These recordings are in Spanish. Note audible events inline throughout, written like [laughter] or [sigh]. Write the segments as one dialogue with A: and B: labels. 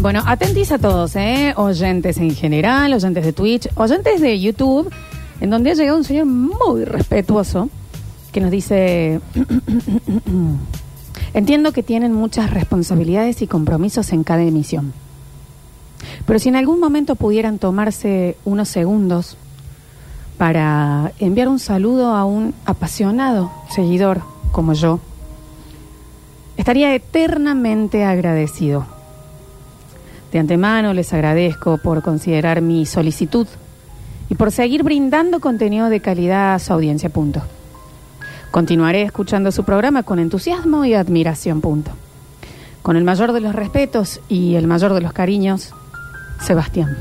A: Bueno, atentís a todos, ¿eh? Oyentes en general, oyentes de Twitch, oyentes de YouTube, en donde ha llegado un señor muy respetuoso que nos dice: [clears throat] Entiendo que tienen muchas responsabilidades y compromisos en cada emisión. Pero si en algún momento pudieran tomarse unos segundos para enviar un saludo a un apasionado seguidor como yo, estaría eternamente agradecido. De antemano les agradezco por considerar mi solicitud y por seguir brindando contenido de calidad a su audiencia. Punto. Continuaré escuchando su programa con entusiasmo y admiración. Punto. Con el mayor de los respetos y el mayor de los cariños, Sebastián.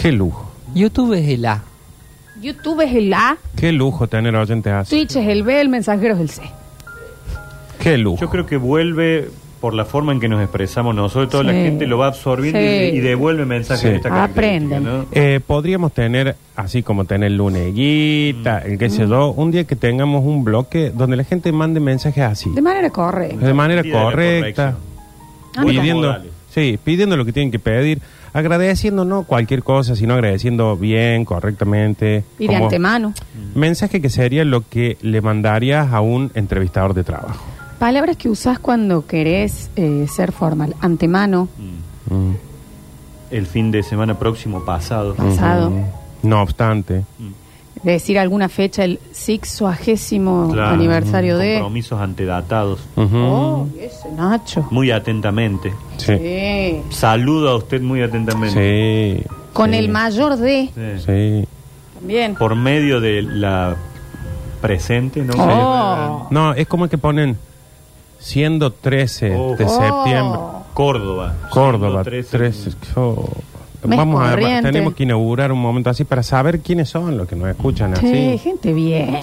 B: Qué lujo.
C: YouTube es el A.
A: YouTube es el A,
B: Qué lujo tener oyentes así.
A: Twitch es el B, el mensajero es el C.
B: Qué lujo.
D: Yo creo que vuelve por la forma en que nos expresamos nosotros, toda la
A: Sí.
D: gente lo va absorbiendo
A: Sí. Ah,
D: y, y devuelve mensajes
B: Sí.
D: de esta característica,
A: Aprenden.
D: ¿no?
B: Eh, podríamos tener, así como tener luneguita,
D: Mm.
B: el qué sé yo, un día que tengamos un bloque donde la gente mande mensajes así.
A: De manera correcta.
B: De manera
D: Medida de la
B: correcta.
A: Ah, mira.
B: pidiendo,
D: Modales.
B: sí, pidiendo lo que tienen que pedir. Agradeciendo no cualquier cosa, sino agradeciendo bien, correctamente.
A: Y de
B: como-
A: antemano.
D: Mm.
B: Mensaje que sería lo que le mandarías a un entrevistador de trabajo.
A: Palabras que usás cuando querés eh, ser formal. Antemano,
B: Mm.
D: El fin de semana próximo pasado. Mm.
A: pasado.
B: Mm. No obstante.
A: Decir alguna fecha, el sexuagésimo
D: Claro.
A: Oh, aniversario de...
D: Compromisos antedatados.
B: Ujú.
A: Oh, ese Nacho.
D: Muy atentamente.
B: Sí.
A: Sí.
D: Saludo a usted muy atentamente.
B: Sí.
A: Con
B: Sí.
A: el mayor de...
D: Sí.
B: Sí.
A: También.
D: Por medio de la presente, ¿no?
A: Oh.
B: No, es como que ponen siendo 13
D: Oh.
B: de
A: Oh.
B: septiembre.
D: Córdoba.
B: Córdoba,
D: Siendo
B: 13.
D: 13.
B: yo-
A: Mes
B: Vamos a ver,
A: corriente.
B: tenemos que inaugurar un momento así para saber quiénes son los que nos escuchan
A: Che,
B: así.
A: gente bien.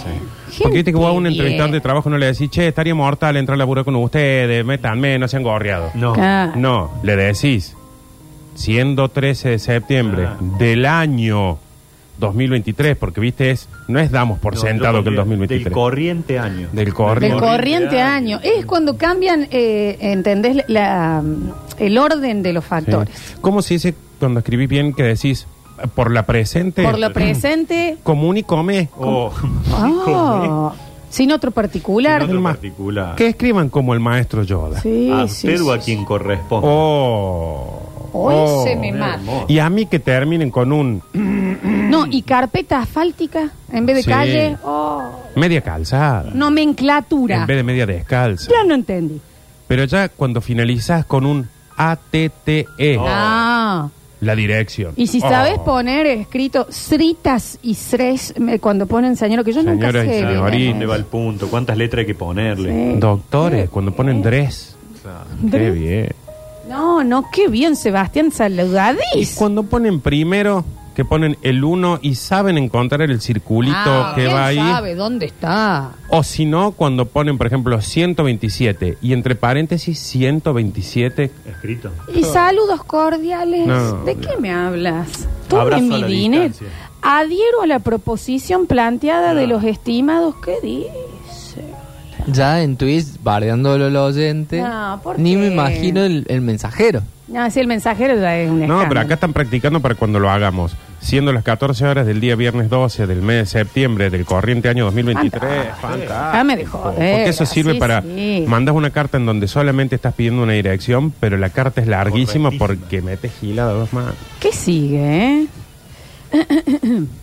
B: Porque viste que vos a un entrevistador
A: entrevistante
B: de trabajo no le decís, che, estaría mortal entrar a laburar con ustedes, métanme, no sean gorreados.
D: No.
A: Ah.
B: No, le decís, siendo 13 de septiembre
D: Ah.
B: del año 2023, porque viste, es no es damos por
D: No,
B: sentado
D: yo
B: que el
D: pondría
B: 2023.
D: Del corriente año.
B: Del
A: Del
B: corriente.
A: corriente año. Es cuando cambian, eh, ¿entendés? La, el orden de los
B: Sí.
A: factores.
B: ¿Cómo se dice cuando escribís bien que decís eh, por la presente?
A: Por lo presente,
B: Común y come.
D: Oh. [laughs]
A: ah, sin otro particular.
D: Sin otro
B: El ma-
D: particular.
B: Que escriban como el maestro Yoda.
A: Sí,
D: a
A: sí,
D: usted
A: sí,
D: o a
A: sí.
D: quien corresponde.
B: Oh.
A: Hoy
B: Oh.
A: se me mata.
D: Hermoso.
B: Y a mí que terminen con un
A: No, y carpeta asfáltica en vez de
B: Sí.
A: calle. Oh,
B: media calzada.
A: nomenclatura.
B: En vez de media descalza.
A: Ya no entendí.
B: Pero ya cuando finalizás con un ATTE,
D: Oh.
A: Ah.
B: E, la dirección.
A: Y si
B: Oh.
A: sabes poner escrito sritas y sres me- cuando ponen señor, que yo nunca
B: Señoras y
A: sé.
B: señores.
A: bien.
D: ¿Dónde va el punto? ¿Cuántas letras hay que ponerle?
B: Doctores, cuando
A: Eh.
B: ponen tres.
D: Claro.
B: Qué
A: Dres.
B: bien.
A: No, no, qué bien, Sebastián,
B: Y
A: saludadís.
B: cuando ponen primero, que ponen el uno y saben encontrar el circulito
A: Ah,
B: que
A: ¿quién
B: va ahí.
A: sabe dónde está?
B: O si no, cuando ponen, por ejemplo, 127 y entre paréntesis 127.
D: Escrito.
A: Y saludos cordiales.
B: Oh. No,
A: ¿De
B: no.
A: qué me hablas?
D: Abrazo
A: Tome
D: a
A: mi
D: la
A: dinero.
D: distancia.
A: Adhiero a la proposición planteada de los estimados. ¿Qué dice?
C: Ya en Twitch, bardeándolo al oyente,
A: No, Ah, ¿por
C: ni
A: qué?
C: me imagino el, el mensajero.
A: No, si Ah, el mensajero ya es un
B: No,
A: escándalo.
B: pero acá están practicando para cuando lo hagamos. Siendo las 14 horas del día viernes 12 del mes de septiembre del corriente año 2023.
A: Déjame de joder,
B: Porque eso sirve
A: así
B: para.
A: eh, sí.
B: Mandas una carta en donde solamente estás pidiendo una dirección, pero la carta es larguísima
D: Correctísima.
B: porque metes gila dos más.
A: ¿Qué sigue? eh? [clears throat]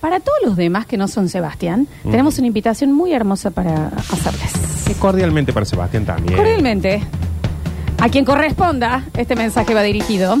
A: para todos los demás que no son Sebastián, tenemos una invitación muy hermosa para hacerles.
B: Y cordialmente para Sebastián también.
A: Cordialmente, a quien corresponda, este mensaje va dirigido.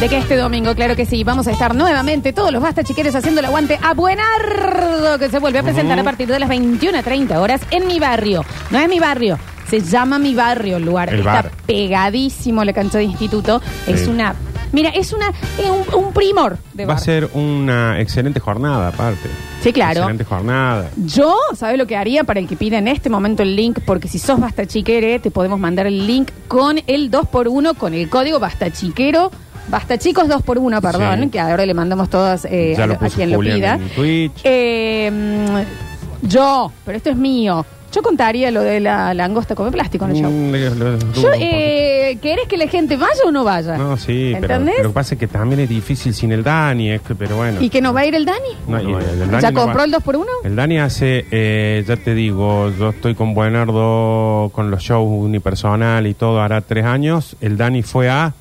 A: De que este domingo, claro que sí, vamos a estar nuevamente todos los basta chiqueros haciendo el aguante a Buenardo, que se vuelve a presentar a partir de las 21.30 horas en mi barrio. No es mi barrio, se llama mi barrio el lugar.
B: El
A: Está
B: bar.
A: pegadísimo a la cancha de instituto. Es
B: Sí.
A: una. Mira, es una es un, un primor de
B: Va a
A: bar.
B: ser una excelente jornada, aparte.
A: Sí, claro.
B: Excelente jornada.
A: Yo, ¿sabes lo que haría para el que pida en este momento el link? Porque si sos Basta Chiquere, te podemos mandar el link con el 2x1, con el código Basta Chiquero. Basta Chicos 2x1, perdón,
B: Sí.
A: que ahora le mandamos todas eh,
B: Ya
A: a,
B: lo
A: a
B: puso
A: quien lo
B: Julián
A: pida.
B: en Twitch.
A: Eh, mm, yo, pero esto es mío. Yo contaría lo de la langosta come plástico, ¿no? yo.
B: Mm, le- le- dudo
A: Yo
B: Uh, un
A: eh, que querés que la gente vaya o no vaya.
B: No, sí, pero,
A: ¿Entendés?
B: pero lo que pasa es que también es difícil sin el Dani, es que- pero bueno.
A: ¿Y que no va a ir el Dani?
B: No, y el- el Dani
A: ¿Ya
B: no va.
A: compró el 2x1?
B: El Dani hace, eh, ya te digo, yo estoy con Buenardo, con los shows unipersonal y todo, hará tres años. El Dani fue a...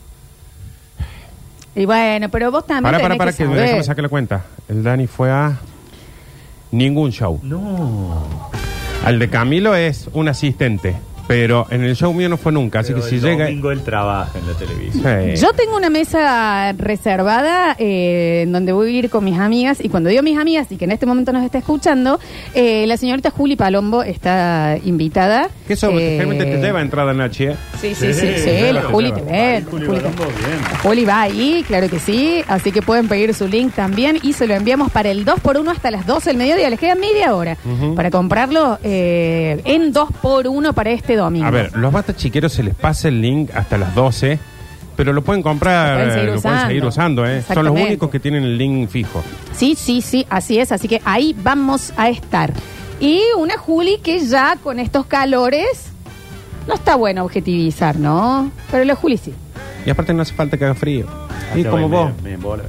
B: Eh.
A: Y bueno, pero vos también
B: Para, para,
A: tenés
B: para,
A: que
B: que,
A: saber.
B: déjame sacar la cuenta. El Dani fue a ningún show.
D: No.
B: Al de Camilo es un asistente, pero en el show mío no fue nunca, así
D: Pero
B: que si
D: el
B: llega...
D: domingo él trabaja en la televisión.
B: Sí.
A: Yo tengo una mesa reservada eh, en donde voy a ir con mis amigas y cuando digo mis amigas y que en este momento nos está escuchando, eh, la señorita Juli Palombo está invitada.
B: Que eso
A: Eh,
B: generalmente te lleva a entrada, Nachi, ¿eh?
A: Sí, sí, sí, sí,
B: claro,
A: la
B: te
A: Juli
B: lleva.
A: te ve,
D: Ahí Juli
A: Juli te-
D: Balombo, bien.
A: la Juli va ahí, claro que sí, así que pueden pedir su link también y se lo enviamos para el 2x1 hasta las 12 del mediodía, les queda media hora
B: Ujú.
A: para comprarlo eh, en 2x1 para este domingo.
B: A ver, los batas chiqueros se les pasa el link hasta las 12, pero lo pueden comprar,
A: Lo pueden seguir
B: lo pueden seguir
A: usando.
B: usando, ¿eh? Son los
A: Exactamente.
B: únicos que tienen el link fijo.
A: Sí, sí, sí, así es. Así que ahí vamos a estar. Y una Juli que ya con estos calores no está bueno objetivizar, ¿no? Pero la Juli sí.
B: Y aparte no hace falta que haga frío. Y
D: Ah, Ya
B: como
D: voy,
B: vos.
D: bien, bien, bola,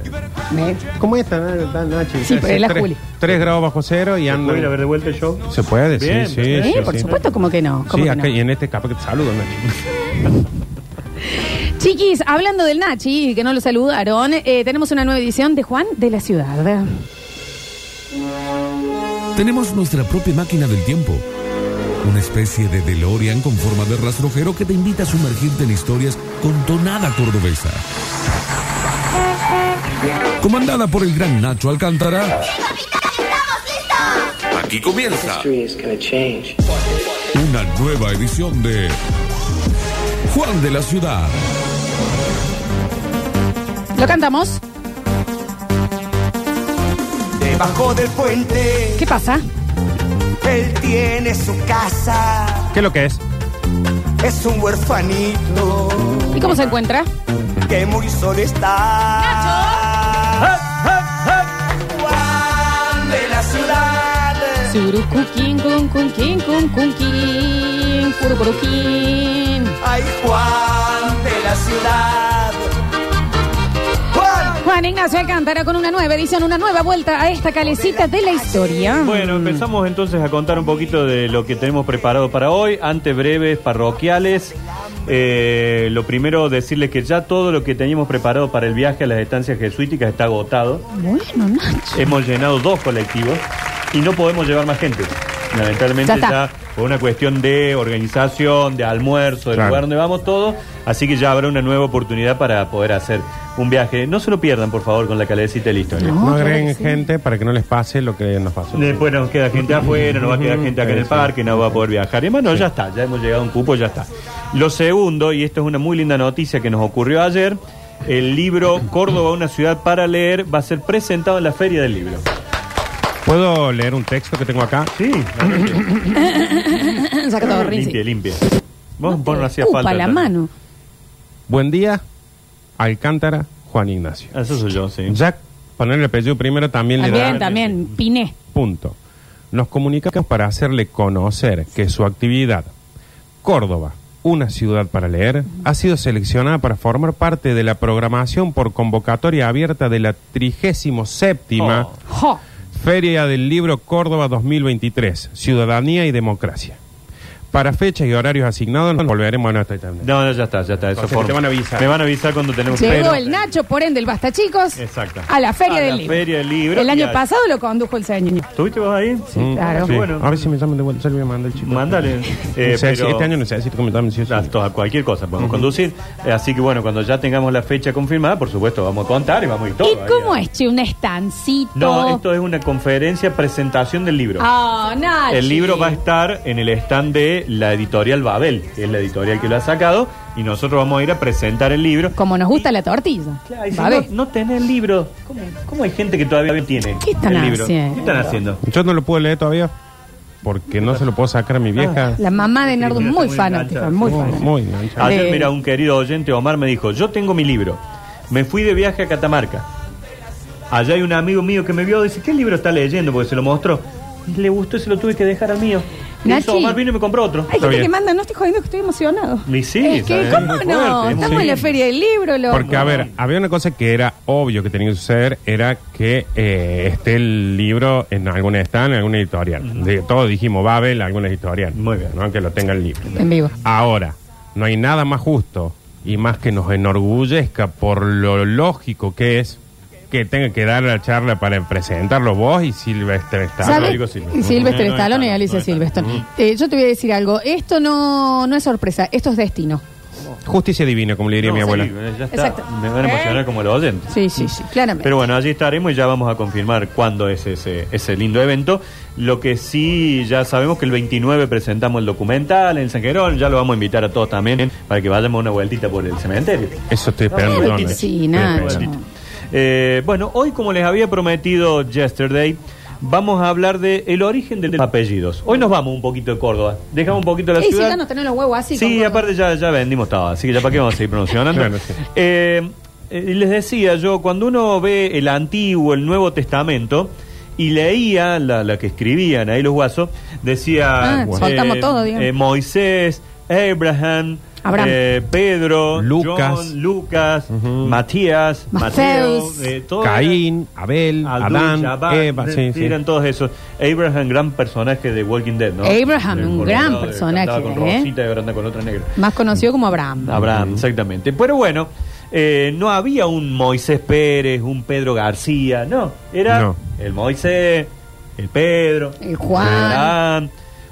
D: bien.
A: ¿Eh?
B: Como esta, ¿no? Tan Nachi.
A: Sí, pero es la
B: Tres-
A: Juli.
B: Tres grados bajo cero y
D: ¿Puedo ir a
B: anda.
D: ver de vuelta el show?
B: Se puede,
D: Bien, pues,
B: sí, sí,
D: bien.
A: ¿Eh?
B: sí,
A: Por
B: sí.
A: supuesto, como que no. como
B: Sí,
A: que
B: acá
A: no.
B: y en este capa que te saludo, Nachi.
A: Chiquis, hablando del Nachi, que no lo saludaron, eh, tenemos una nueva edición de Juan de la Ciudad.
E: Tenemos nuestra propia máquina del tiempo. Una especie de DeLorean con forma de rastrojero que te invita a sumergirte en historias con tonada cordobesa. Comandada por el gran Nacho Alcántara. Aquí comienza
F: history is going to change.
E: una nueva edición de Juan de la Ciudad.
A: ¿Lo cantamos?
G: Debajo del puente,
A: ¿Qué pasa?
G: él tiene su casa.
B: ¿Qué es lo que es?
G: Es un huerfanito
A: ¿Y cómo se encuentra?
G: que muy solo está. Juan de la ciudad.
A: Surucuquín, cun, cun, quín, cun, cun, quín, curucuruquín.
G: Ay, Juan de la ciudad. Juan.
A: Juan Ignacio Alcántara con una nueva edición, una nueva vuelta a esta calecita de la historia. Mm.
D: Bueno, empezamos entonces a contar un poquito de lo que tenemos preparado para hoy. Antes breves parroquiales. Eh, lo primero, decirles que ya todo lo que teníamos preparado para el viaje a las estancias jesuíticas está agotado.
A: Bueno, Nacho.
D: Hemos llenado dos colectivos y no podemos llevar más gente.
A: Ya
D: Lamentablemente
A: está.
D: ya, por una cuestión de organización, de almuerzo, del
B: Claro.
D: lugar donde vamos todos. Así que ya habrá una nueva oportunidad para poder hacer un viaje. No se lo pierdan, por favor, con la calecita de la historia.
A: No,
B: No,
A: claro
B: agreguen
A: que sí.
B: gente para que no les pase lo que nos pasó.
D: Después nos queda gente afuera, nos va a quedar gente acá en el parque, no va a poder viajar. Y bueno, ya está, ya hemos llegado a un cupo, ya está. Lo segundo, y esto es una muy linda noticia que nos ocurrió ayer, el libro Córdoba, una ciudad para leer, va a ser presentado en la Feria del Libro.
B: ¿Puedo leer un texto que tengo acá?
D: Sí.
A: [laughs] Saca todo Rinzi.
D: limpia, limpia. Vos, vos no hacía
A: Upa,
D: falta.
A: la
D: tanto.
A: mano.
B: Buen día, Alcántara, Juan Ignacio.
D: Ah, Eso soy yo, sí.
B: Jack, poner el apellido primero también le da
A: También, también, Piné.
B: Punto. Nos comunicamos para hacerle conocer que su actividad, Córdoba, una ciudad para leer, ha sido seleccionada para formar parte de la programación por convocatoria abierta de la 37
D: Oh.
A: Jo.
B: Feria del Libro Córdoba 2023, Ciudadanía y Democracia. Para fechas y horarios asignados, nos volveremos a nuestra también.
D: No, no, ya está, ya está. Eso
B: O sea, que
D: forma.
B: te van a avisar.
D: Me van a avisar cuando tenemos
A: Llegó
D: Pero-
A: el Nacho, por ende, el Basta Chicos.
D: Exacto.
A: A la Feria
D: A
A: del
D: la
A: Libro.
D: Feria del Libro
A: El
D: y
A: año
D: a-
A: pasado lo condujo el señor.
D: ¿Estuviste vos ahí?
B: Mm,
A: claro.
B: sí.
D: Bueno.
B: A ver si me llaman de vuelta, yo le voy a mandar el chico.
D: Mándale. Eh,
B: No sé,
D: pero-
B: Este año necesito que me llamen, sí o sí.
D: A toda- cualquier cosa podemos conducir. Eh, Así que bueno, cuando ya tengamos la fecha confirmada, por supuesto, vamos a contar y vamos a ir todo.
A: ¿Y
D: ahí,
A: cómo
D: eh.
A: es, che? ¿Un estancito?
D: No, esto es una conferencia, presentación del libro.
A: Ah, Nachi.
D: El libro va a estar en el stand de la editorial Babel, que es la editorial que lo ha sacado, y nosotros vamos a ir a presentar el libro.
A: Como nos gusta la tortilla.
D: Claro, y si
A: Va a
D: no,
A: ver.
D: no tenés el libro, ¿cómo, cómo hay gente que todavía tiene
A: ¿Qué están
D: el libro?
A: haciendo?
D: ¿Qué están haciendo?
B: Yo no lo pude leer todavía porque no se lo puedo sacar a mi vieja.
D: Ah,
A: La mamá de Nardo es
D: mira,
A: muy
D: muy
A: fanática,
D: enganchada.
A: muy
B: Muy,
A: fanática.
B: muy enganchada.
D: Ayer,
A: De-
D: mira, un querido oyente, Omar, me dijo, yo tengo mi libro. Me fui de viaje a Catamarca. Allá hay un amigo mío que me vio, dice, ¿qué libro está leyendo? Porque se lo mostró. Y le gustó y se lo tuve que dejar al mío. Nachi.
A: Nachi.
D: Omar vino y me compró otro.
A: Hay
B: Está
A: gente
B: bien.
A: que manda, no estoy jodiendo que estoy emocionado.
D: Y sí,
A: es que,
D: ¿sabes?
A: ¿cómo
D: Es muy
A: no?
D: fuerte, es muy-
A: Estamos en la feria del libro, loco.
B: Porque, a ver, había una cosa que era obvio que tenía que suceder, era que eh, esté el libro en algún stand, en alguna editorial. De, todos dijimos, va a haber alguna editorial.
D: Muy bien.
B: ¿no? Que lo tenga el libro.
A: En vivo.
B: Ahora, no hay nada más justo y más que nos enorgullezca por lo lógico que es que tenga que dar la charla para presentarlo vos y Silvestre
A: ¿Sabes?
B: Stallone.
A: Y Sylvester
D: No, no
A: Stallone y
D: está,
A: Alicia
D: no está. Mm.
A: Silvestre. yo te voy a decir algo. Esto no, no es sorpresa, esto es destino.
B: Justicia divina, como le diría mi
D: No,
B: abuela.
D: sí, ya está.
A: Exacto.
D: Me van a emocionar como los oyentes.
A: Sí, sí, sí, claramente.
D: Mm. Pero bueno, allí estaremos y ya vamos a confirmar cuándo es ese, ese lindo evento. Lo que sí, ya sabemos que el 29 presentamos el documental en San Jerónimo, ya lo vamos a invitar a todos también para que vayamos una vueltita por el cementerio.
B: Eso estoy esperando.
A: Claro
B: todo,
A: que
B: Nacho.
A: sí,
B: Estoy
A: Nacho.
B: esperando.
D: Eh, bueno, hoy como les había prometido yesterday, vamos a hablar de el origen de los apellidos. Hoy nos vamos un poquito de Córdoba, dejamos un poquito la
A: Y si
D: ciudad.
A: ya no tenés los huevos así.
D: Sí,
A: como-
D: aparte ya, ya vendimos todo, así que ya para qué vamos a seguir
B: [laughs]
D: promocionando.
B: Claro, sí.
D: Eh, eh, les decía yo, cuando uno ve el Antiguo, el Nuevo Testamento, y leía la, la que escribían ahí los guasos, decía eh,
A: Ah, soltamos todo, digamos.
D: Moisés, Abraham,
A: Abraham.
D: eh, Pedro,
B: Lucas.
D: John, Lucas, Matías, Mateo,
A: Mateus.
D: eh, todo
B: Caín, Abel,
D: Aldul,
B: Adán,
D: Jabal,
B: Eva.
D: eh,
B: Sí, sí.
D: Eran todos esos. Abraham, gran personaje de Walking Dead, ¿no?
A: Abraham, un
D: colorado,
A: gran
D: eh, cantaba
A: personaje,
D: Con
A: ¿eh?
D: Rosita y Branda con otra negra.
A: Más conocido como Abraham.
D: Abraham, exactamente. Pero bueno, eh, no había un Moisés Pérez, un Pedro García, no. Era
B: No.
D: el Moisés, el Pedro,
A: El Juan.
D: Abraham.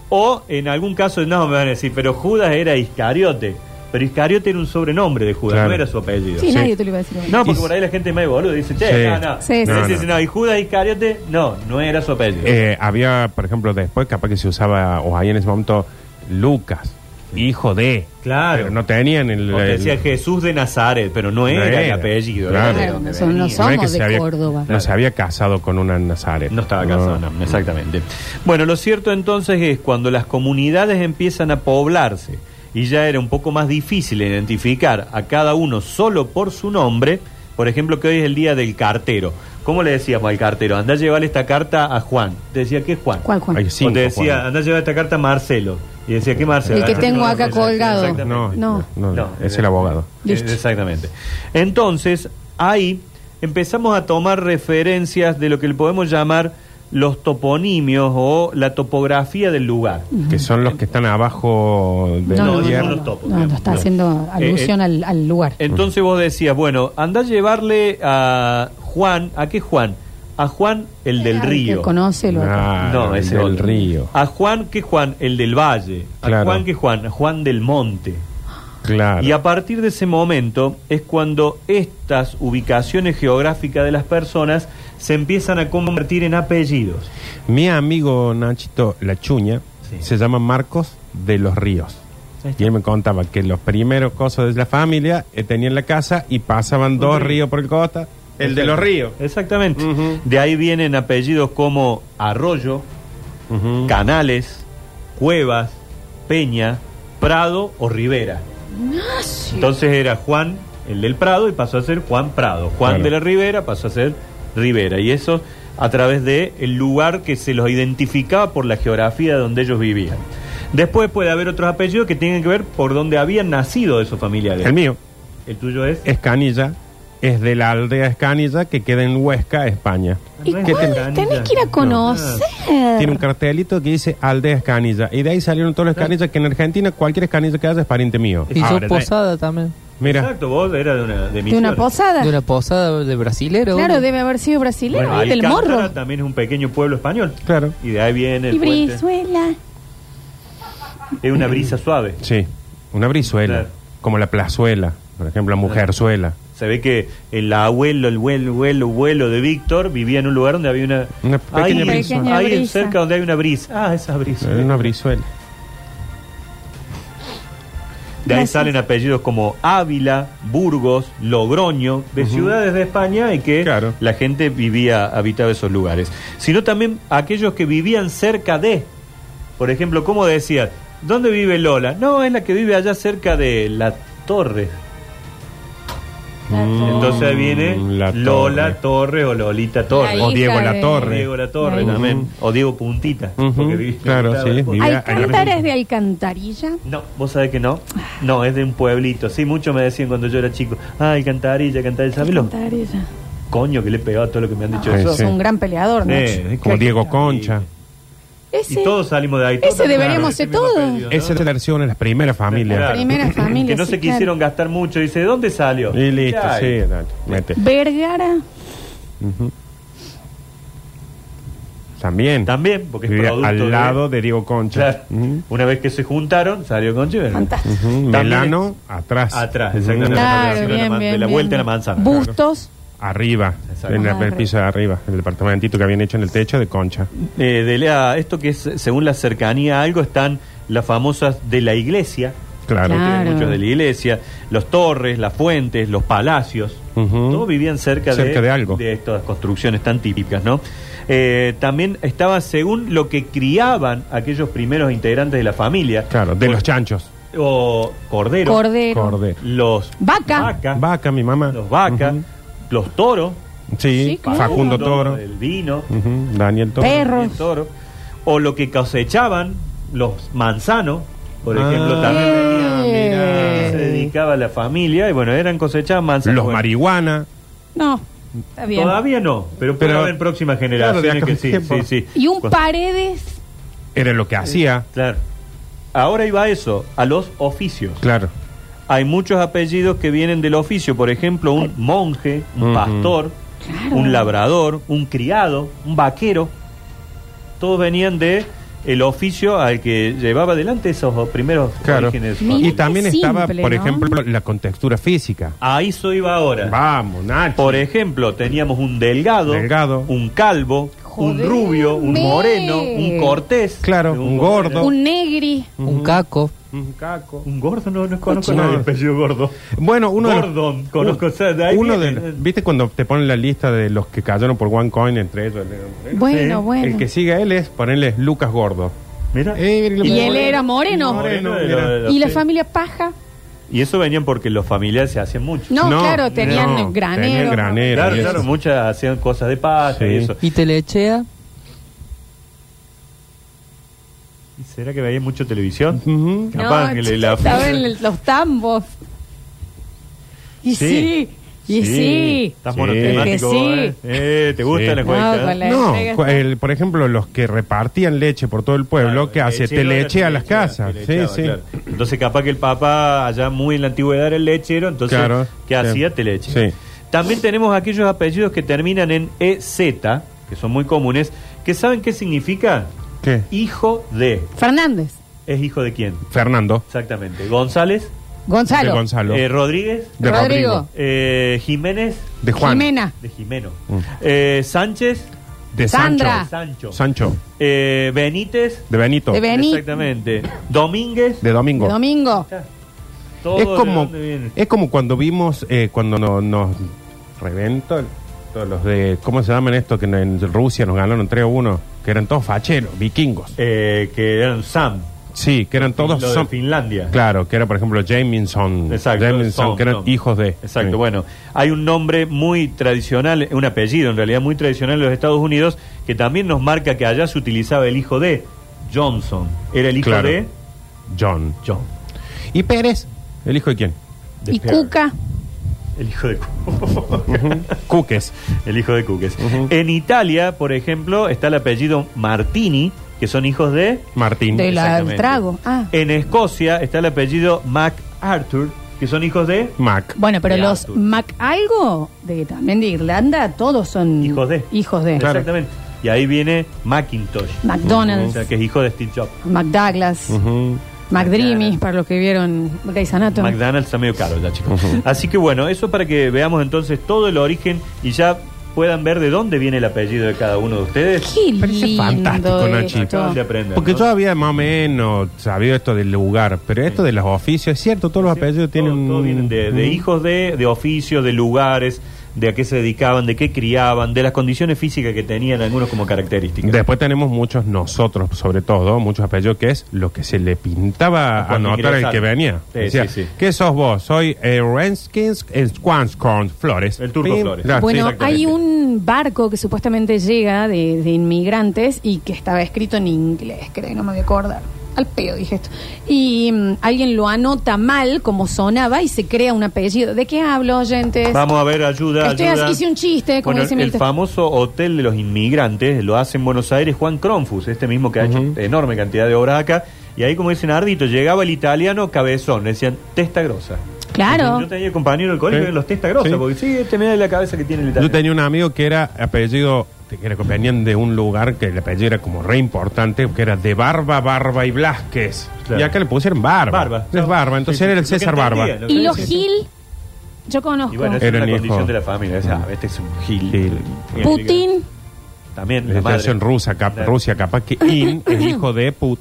D: O en algún caso, no me van a decir, pero Judas era Iscariote. Pero Iscariote era un sobrenombre de Judas,
B: Claro.
D: no era su apellido.
A: Sí,
B: Sí.
A: nadie te lo iba a decir.
D: No, porque por ahí la gente me boludo dice, che,
B: Sí.
D: no, no.
A: Sí, sí.
D: No,
A: No,
D: sí, sí, no. Y Judas Iscariote, no, no era su apellido.
B: Eh, había, por ejemplo, después capaz que se usaba, o ahí en ese momento, Lucas, hijo de.
D: Claro.
B: Pero no tenían el.
D: Porque
B: el-
D: decía Jesús de Nazaret, pero no era, el
B: era.
D: apellido.
B: Claro.
D: era de
A: Claro,
D: donde
A: no son
D: venía.
A: los
B: no es que
A: somos
B: se
A: de
B: había-
A: Córdoba.
B: No se había casado con una Nazaret.
D: No estaba casado, no. exactamente. Bueno, lo cierto entonces es cuando las comunidades empiezan a poblarse y ya era un poco más difícil identificar a cada uno solo por su nombre, por ejemplo, que hoy es el día del cartero. ¿Cómo le decíamos al cartero? Anda a llevarle esta carta a Juan. Te decía, ¿qué es Juan?
A: ¿Cuál, Juan?
B: Hay
D: O
B: cinco,
D: te decía,
B: Juan.
D: anda a llevar esta carta a Marcelo. Y decía, ¿qué Marcelo?
A: El que
D: Ah,
A: tengo
D: no,
A: acá
D: exact-
A: colgado.
D: exactamente.
B: No,
A: No.
B: no, no, es el abogado.
A: Listo.
D: Eh, Exactamente. Entonces, ahí empezamos a tomar referencias de lo que le podemos llamar los toponimios o la topografía del lugar.
B: Que son los que están abajo de
A: No,
B: la
A: no, no,
B: tierra.
A: no,
D: los topos,
A: no,
D: digamos.
A: no, está
D: No.
A: haciendo alusión
D: Eh, eh,
A: al, al lugar.
D: Entonces vos decías, bueno, anda a llevarle a Juan, ¿a qué Juan? A Juan el del
A: Ay,
D: río.
A: Que conoce lo
B: Ah,
D: No, ese
B: del
D: otro. Ah,
B: río.
D: A Juan, ¿qué Juan? El del valle. A
B: Claro.
D: Juan, ¿qué Juan? A Juan del monte.
B: Claro.
D: Y a partir de ese momento es cuando estas ubicaciones geográficas de las personas se empiezan a convertir en apellidos.
B: Mi amigo Nachito La Chuña
D: Sí.
B: se llama Marcos de los Ríos.
D: Ahí está.
B: Y él me contaba que los primeros cosas de la familia eh, tenían la casa y pasaban dos
D: río.
B: ríos por el costa. El de los ríos.
D: Exactamente.
B: Ujú.
D: De ahí vienen apellidos como arroyo,
B: Ujú.
D: canales, cuevas, peña, prado o ribera. Entonces era Juan el del Prado y pasó a ser Juan Prado. Juan
B: Claro.
D: de la Ribera pasó a ser Rivera. Y eso a través de el lugar que se los identificaba por la geografía donde ellos vivían. Después puede haber otros apellidos que tienen que ver por donde habían nacido esos familiares.
B: El mío
D: El tuyo es.
B: es Canilla, es de la aldea Escanilla que queda en Huesca, España.
A: ¿Y
D: No es
B: ¿Qué
A: cuál?
D: Canilla.
A: Tenés que ir a
D: No.
A: conocer.
B: Tiene un cartelito que dice aldea Escanilla. Y de ahí salieron todos los Escanillas que en Argentina cualquier Escanilla que haya es pariente mío.
C: Y
B: Ahora,
C: sos
B: ya-
C: posada también.
B: Mira.
D: Exacto, vos era de una. De,
A: ¿De una
D: Misiones.
A: posada?
C: De una posada de brasilero.
A: Claro, debe haber sido brasileño,
D: Bueno,
A: ahí del
D: Alcántara
A: morro.
D: también es un pequeño pueblo español.
B: Claro.
D: Y de ahí viene el
A: Y
D: puente.
A: Brizuela.
D: Es una brisa suave.
B: Sí, una brizuela,
D: Claro.
B: como la plazuela, por ejemplo, la mujerzuela.
D: Se ve que el abuelo, el vuelo, vuelo, vuelo de Víctor vivía en un lugar donde había una,
B: Una pequeña
D: ahí,
B: brisa.
A: Pequeña
D: ahí
A: brisa.
D: cerca donde hay una brisa. Ah, esa brisa.
B: Era Una brizuela.
D: De ahí
A: Gracias.
D: salen apellidos como Ávila, Burgos, Logroño, de ciudades de España y que
B: Claro.
D: la gente vivía, habitaba esos lugares. Sino también aquellos que vivían cerca de, por ejemplo, como decías, ¿dónde vive Lola? No, es la que vive allá cerca de la torre. Entonces viene
B: Mm, La
D: Lola
B: Torre.
D: Torre o Lolita Torre.
A: La
B: O
A: hija
B: Diego La
A: de-
B: Torre.
D: Diego La Torre
A: Ujú.
D: también. O Diego Puntita.
B: Ujú,
D: porque vi-
B: claro,
D: estaba-
B: sí, vivía-
A: ¿Hay
B: Mira, ahí-
A: cantares de alcantarilla?
D: No, vos sabés que no. No, es de un pueblito. Sí, mucho me decían cuando yo era chico. Ay, cantarilla, cantarilla. ¿Sabes lo
A: Alcantarilla.
D: coño que le he pegado a todo lo que me han dicho
B: Ah,
D: eso?
A: Es un gran peleador, ¿no?
D: Eh,
B: Es como Diego Concha.
A: Ese,
D: Y todos salimos de ahí.
A: Ese deberíamos ser
D: ese mismo
A: todos.
D: apellido, ¿no?
B: Esa debe sido una de las primeras familias.
D: Claro.
A: Primera familia,
D: [laughs] Que no
A: sí,
D: se
A: claro.
D: quisieron gastar mucho. Dice, ¿de dónde salió?
B: Y listo,
D: Ya,
B: sí,
D: y-
B: dale, mete.
A: Vergara.
B: Ujú. También.
D: También, porque es
B: Vivía
D: producto
B: al
D: de-
B: lado de, Diego Concha.
D: Claro.
B: Ujú.
D: Una vez que se juntaron, salió Concha y Vergara.
A: Fantástico.
B: Ujú.
D: También
B: Melano, atrás.
D: Atrás,
B: Ujú.
D: exactamente.
A: Claro,
D: de la
A: bien,
D: man- de
A: bien,
D: la
A: bien.
D: vuelta a la manzana,
A: Bustos.
B: Arriba,
D: Exacto.
B: en la-
A: Ah,
B: el
A: arriba.
B: piso de arriba, el departamentito que habían hecho en el techo de Concha.
D: Eh, de la- esto que es, según la cercanía a algo, están las famosas de la iglesia.
B: Claro.
A: Claro.
D: Tienen Muchos de la iglesia, los torres, las fuentes, los palacios.
B: Ujú.
D: Todos vivían cerca,
B: Cerca de algo.
D: estas construcciones tan típicas, ¿no? Eh, también estaba según lo que criaban aquellos primeros integrantes de la familia.
B: Claro, de
D: O-
B: los chanchos.
D: O corderos.
A: Cordero.
B: Cordero.
D: Los
A: Vaca.
D: vacas,
B: Vaca, mi mamá.
D: los vacas,
B: Ujú.
D: los toros.
B: Sí,
A: Sí, claro.
B: Facundo Toro.
D: El vino.
B: Ujú, Daniel Toro.
A: Perro. Perros.
D: el toro. O lo que cosechaban los manzanos, por
B: Ah,
D: ejemplo, también
A: mira.
D: venían, mirá, se dedicaba a la familia y bueno, eran cosechadas manzanos.
B: Los
D: Bueno,
B: marihuana.
A: No, está bien.
D: Todavía no, pero,
B: Pero-
D: puede haber próximas
B: Claro, de acá
D: generaciones que
B: a
D: sí,
B: tiempo.
D: sí, sí.
A: Y un
D: Cu-
A: paredes.
B: Era lo que hacía.
D: Claro. Ahora iba a eso, a los oficios.
B: Claro.
D: Hay muchos apellidos que vienen del oficio, por ejemplo, un monje, un
B: Ujú.
D: pastor,
A: Claro.
D: un labrador, un criado, un vaquero. Todos venían de el oficio al que llevaba adelante esos primeros
B: Claro.
D: orígenes.
A: Mira.
B: Y también
A: Simple,
B: estaba, por
A: ¿no?
B: ejemplo, la contextura física.
D: A eso iba ahora.
B: Vamos, Nacho.
D: Por ejemplo, teníamos un delgado,
B: Delgado.
D: un calvo,
A: Joder,
D: un rubio, un
A: me.
D: moreno, un cortés.
B: Claro, un gordo.
D: moreno.
A: Un negri.
C: Un caco.
B: Un caco.
D: Un gordo, no, no conozco
B: Cochino.
D: nadie apellido gordo.
B: Bueno, uno
D: Gordon,
B: de los,
D: conozco,
B: un-
D: o sea, de ahí
B: uno
D: viene.
B: de- ¿Viste cuando te ponen la lista de los que cayeron por OneCoin entre ellos? el-
A: Bueno,
D: Sí,
A: bueno.
B: El que sigue a él es ponerle Lucas Gordo.
D: Mira.
B: Eh, mira,
A: Y él era moreno.
B: Moreno,
D: de lo-
B: era.
D: de lo-
A: ¿Y la
D: sí.
A: familia paja?
D: Y eso venían porque los familiares se hacían mucho.
A: No,
B: No,
A: claro, tenían
B: no,
A: granero.
B: tenían granero.
D: Claro,
B: y eso.
D: claro, muchas hacían cosas de paz
B: Sí.
D: y eso.
C: ¿Y Telechea?
D: ¿Y ¿Será que veía mucho televisión?
A: No,
B: Ujú.
D: Capaz que le- la-
A: Estaban en los tambos. Y sí, y sí.
D: Estás
B: Sí.
D: monotemático.
A: Que sí.
D: vos, ¿eh? Eh, ¿Te gusta
B: Sí.
D: la
A: No,
D: cueca?
A: con la-
B: No,
A: entrega
B: cu-
A: está-
B: el- por ejemplo, los que repartían leche por todo el pueblo, que hace te leche a las casas. Sí,
D: Telechea,
B: sí.
D: claro. Entonces, capaz que el papá allá muy en la antigüedad era el lechero, entonces,
B: Claro,
D: ¿qué
B: sí.
D: hacía? Teleche.
B: Sí.
D: También tenemos aquellos apellidos que terminan en EZ, que son muy comunes, que saben qué significa
B: ¿Qué?
D: hijo de.
A: Fernández,
D: ¿Es hijo de quién?
B: Fernando.
D: Exactamente. González,
A: Gonzalo,
B: De Gonzalo.
D: eh, Rodríguez,
B: de
A: Rodrigo,
B: Rodrigo.
D: eh, Jiménez,
B: De Juan.
A: Jimena,
D: de Jimeno,
B: Mm.
D: eh, Sánchez,
B: De
A: Sandra.
D: Sancho,
B: Sancho.
D: eh, Benítez,
B: De Benito.
A: De Beni-
D: exactamente, Domínguez,
B: De Domingo.
A: Domingo.
D: todo
B: es
D: Oh, de
B: como
D: dónde viene.
B: es como cuando vimos eh, cuando no- nos reventó el- todos los de cómo se llaman estos que en, en Rusia nos ganaron 3 a 1 que eran todos facheros vikingos
D: Eh, que eran Sam,
B: sí que eran todos
D: lo de
B: son-
D: Finlandia.
B: claro que era por ejemplo Jamieson
D: Exacto,
B: Jamieson
D: son,
B: que eran
D: son.
B: hijos de
D: Exacto,
B: Sí.
D: bueno, hay un nombre muy tradicional, un apellido en realidad muy tradicional en los Estados Unidos que también nos marca que allá se utilizaba el hijo de Johnson, era el hijo
B: Claro.
D: de
B: John
D: John,
B: y Pérez el hijo de
D: [laughs]
B: quién
A: y Cuca.
D: el hijo de Cook.
B: Cuques
D: [laughs] el hijo de Cook es.
B: Ujú.
D: En Italia, por ejemplo, está el apellido Martini, que son hijos de
B: Martín
A: De la-
D: Exactamente.
A: del trago. Ah.
D: En Escocia está el apellido MacArthur, que son hijos de
B: Mac
A: Bueno, pero
D: De
A: los
D: Arthur.
A: Mac algo, de, también de Irlanda, todos son
D: hijos de.
A: hijos de.
B: Claro.
D: Exactamente. Y ahí viene Macintosh. O
A: McDonald's,
D: sea, que es hijo de Steve Jobs.
A: McDouglas,
B: Ujú.
A: McDreamy, para los que vieron Grey's Anatomy.
D: McDonald's está medio caro ya, chicos. Así que bueno, eso para que veamos entonces todo el origen y ya puedan ver de dónde viene el apellido de cada uno de ustedes.
A: Qué
B: Parece
A: lindo
B: fantástico, Nachi.
A: esto.
D: Acaban de aprender.
B: porque
D: ¿no?
B: yo había más o menos sabido esto del lugar, pero esto de los oficios, es cierto, todos los apellidos
D: Todo-
B: tienen...
D: todo vienen de, de
B: Ujú.
D: hijos de, de oficios, de lugares, de a qué se dedicaban, de qué criaban, de las condiciones físicas que tenían algunos como características.
B: Después tenemos muchos nosotros, sobre todo, muchos apellidos, que es lo que se le pintaba a
D: Cuando
B: notar el
D: ingresaron.
B: que venía.
D: Sí,
B: Decía,
D: sí, sí.
B: ¿qué sos vos? Soy eh, Renskins eh, Squanscorn Flores.
D: El turco Flores.
B: claro,
A: bueno,
B: sí.
A: hay un barco que supuestamente llega de, de inmigrantes y que estaba escrito en inglés, creo que no me voy a acordar. Al pedo dije esto. Y mm, alguien lo anota mal, como sonaba, y se crea un apellido. ¿De qué hablo, oyentes?
D: Vamos a ver, ayuda,
A: Estoy
D: ayuda.
A: así, hice un chiste, como
D: Bueno,
A: dice
D: el
A: Milton.
D: famoso hotel de los inmigrantes lo hace en Buenos Aires Juan Cronfus, este mismo que ha hecho enorme cantidad de obras acá. Y ahí, como dice Nardito, llegaba el italiano cabezón, le decían testa grosa.
A: Claro.
D: Yo tenía compañero del colegio
B: Sí.
D: que los testa grosa,
B: Sí.
D: porque sí, este mira la cabeza que tiene el italiano.
B: Yo tenía un amigo que era apellido, que era que venían de un lugar que el apellido era como re importante, que era de Barba, Barba y Blasquez.
D: Claro.
B: Y acá le pusieron Barba.
D: Barba.
B: Es Barba, entonces
D: Sí, sí,
B: era el
D: lo que
B: César
D: entendía,
B: Barba.
D: lo que
A: Y los
D: entendía.
A: Gil, yo conozco.
D: Y bueno, esa
B: Era el
D: es la
B: hijo.
D: condición de la familia. o sea, este es un gil.
B: Gil.
A: Putin,
D: También. la
B: Legislación
D: madre.
B: rusa, cap-
D: Claro.
B: Rusia, capaz que in es hijo de put,